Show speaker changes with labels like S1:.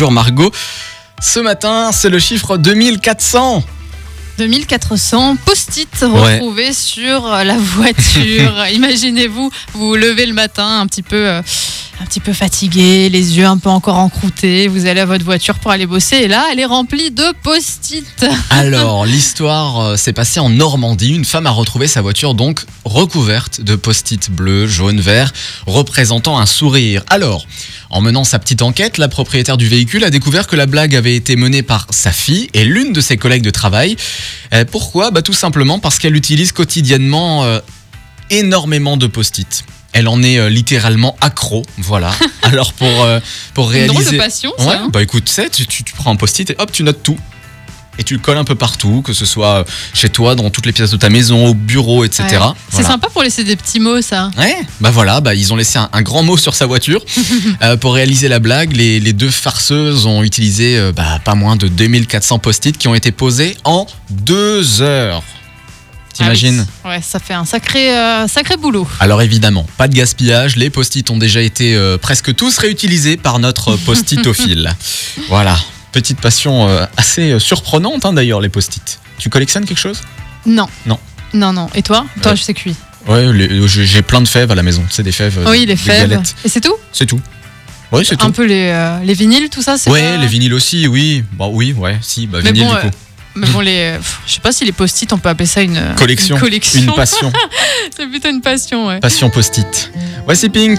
S1: Bonjour Margot. Ce matin, c'est le chiffre 2400.
S2: 2400 post-it retrouvés sur la voiture. Imaginez-vous, vous vous levez le matin un petit peu euh, un petit peu fatigué, les yeux un peu encore encroutés, vous allez à votre voiture pour aller bosser et là, elle est remplie de post-it.
S1: Alors, l'histoire euh, s'est passée en Normandie. Une femme a retrouvé sa voiture donc recouverte de post-it bleu, jaune, vert, représentant un sourire. Alors, en menant sa petite enquête, la propriétaire du véhicule a découvert que la blague avait été menée par sa fille et l'une de ses collègues de travail. Euh, Pourquoi Bah tout simplement parce qu'elle utilise quotidiennement euh, énormément de post-it. Elle en est euh, littéralement accro, voilà. Alors pour, euh, pour
S2: Une drôle de
S1: réaliser...
S2: passion ça.
S1: Ouais,
S2: hein.
S1: bah écoute, tu sais, tu, tu- tu prends un post-it et hop, tu notes tout. Et tu le colles un peu partout, que ce soit euh, chez toi, dans toutes les pièces de ta maison, au bureau, etc.
S2: Ouais. C'est
S1: Voilà.
S2: sympa pour laisser des petits mots ça.
S1: Ouais, bah voilà, bah ils ont laissé un, un grand mot sur sa voiture. Euh, pour réaliser la blague, les, les deux farceuses ont utilisé euh, bah, pas moins de 2400 post-it qui ont été posés en deux heures. T'imagines
S2: Ah oui. Ouais, ça fait un sacré euh, sacré boulot.
S1: Alors évidemment, pas de gaspillage, les post-it ont déjà été euh, presque tous réutilisés par notre post-itophile. voilà, petite passion euh, assez euh, surprenante hein, d'ailleurs les post-it. Tu collectionnes quelque chose
S2: Non.
S1: Non.
S2: Non non. Et toi Toi,
S1: Euh,
S2: je sais cuit.
S1: Ouais, les- euh, j'ai j'ai plein de fèves à la maison, c'est des fèves. euh,
S2: Oui,
S1: des
S2: les fèves.
S1: galettes.
S2: Et c'est tout
S1: C'est tout. Oui, c'est tout.
S2: Un peu les, euh, les vinyles tout ça, c'est
S1: Ouais,
S2: pas-
S1: les vinyles aussi, oui. Bah oui, ouais, si, bah
S2: Mais
S1: vinyle
S2: bon,
S1: du
S2: euh,
S1: coup.
S2: Mais bon, les, pff, je sais pas si les post-it, on peut appeler ça une euh,
S1: Collection.
S2: Une
S1: Une
S2: collection.
S1: passion,
S2: C'est plutôt une passion, ouais.
S1: passion post-it. Voici Pink.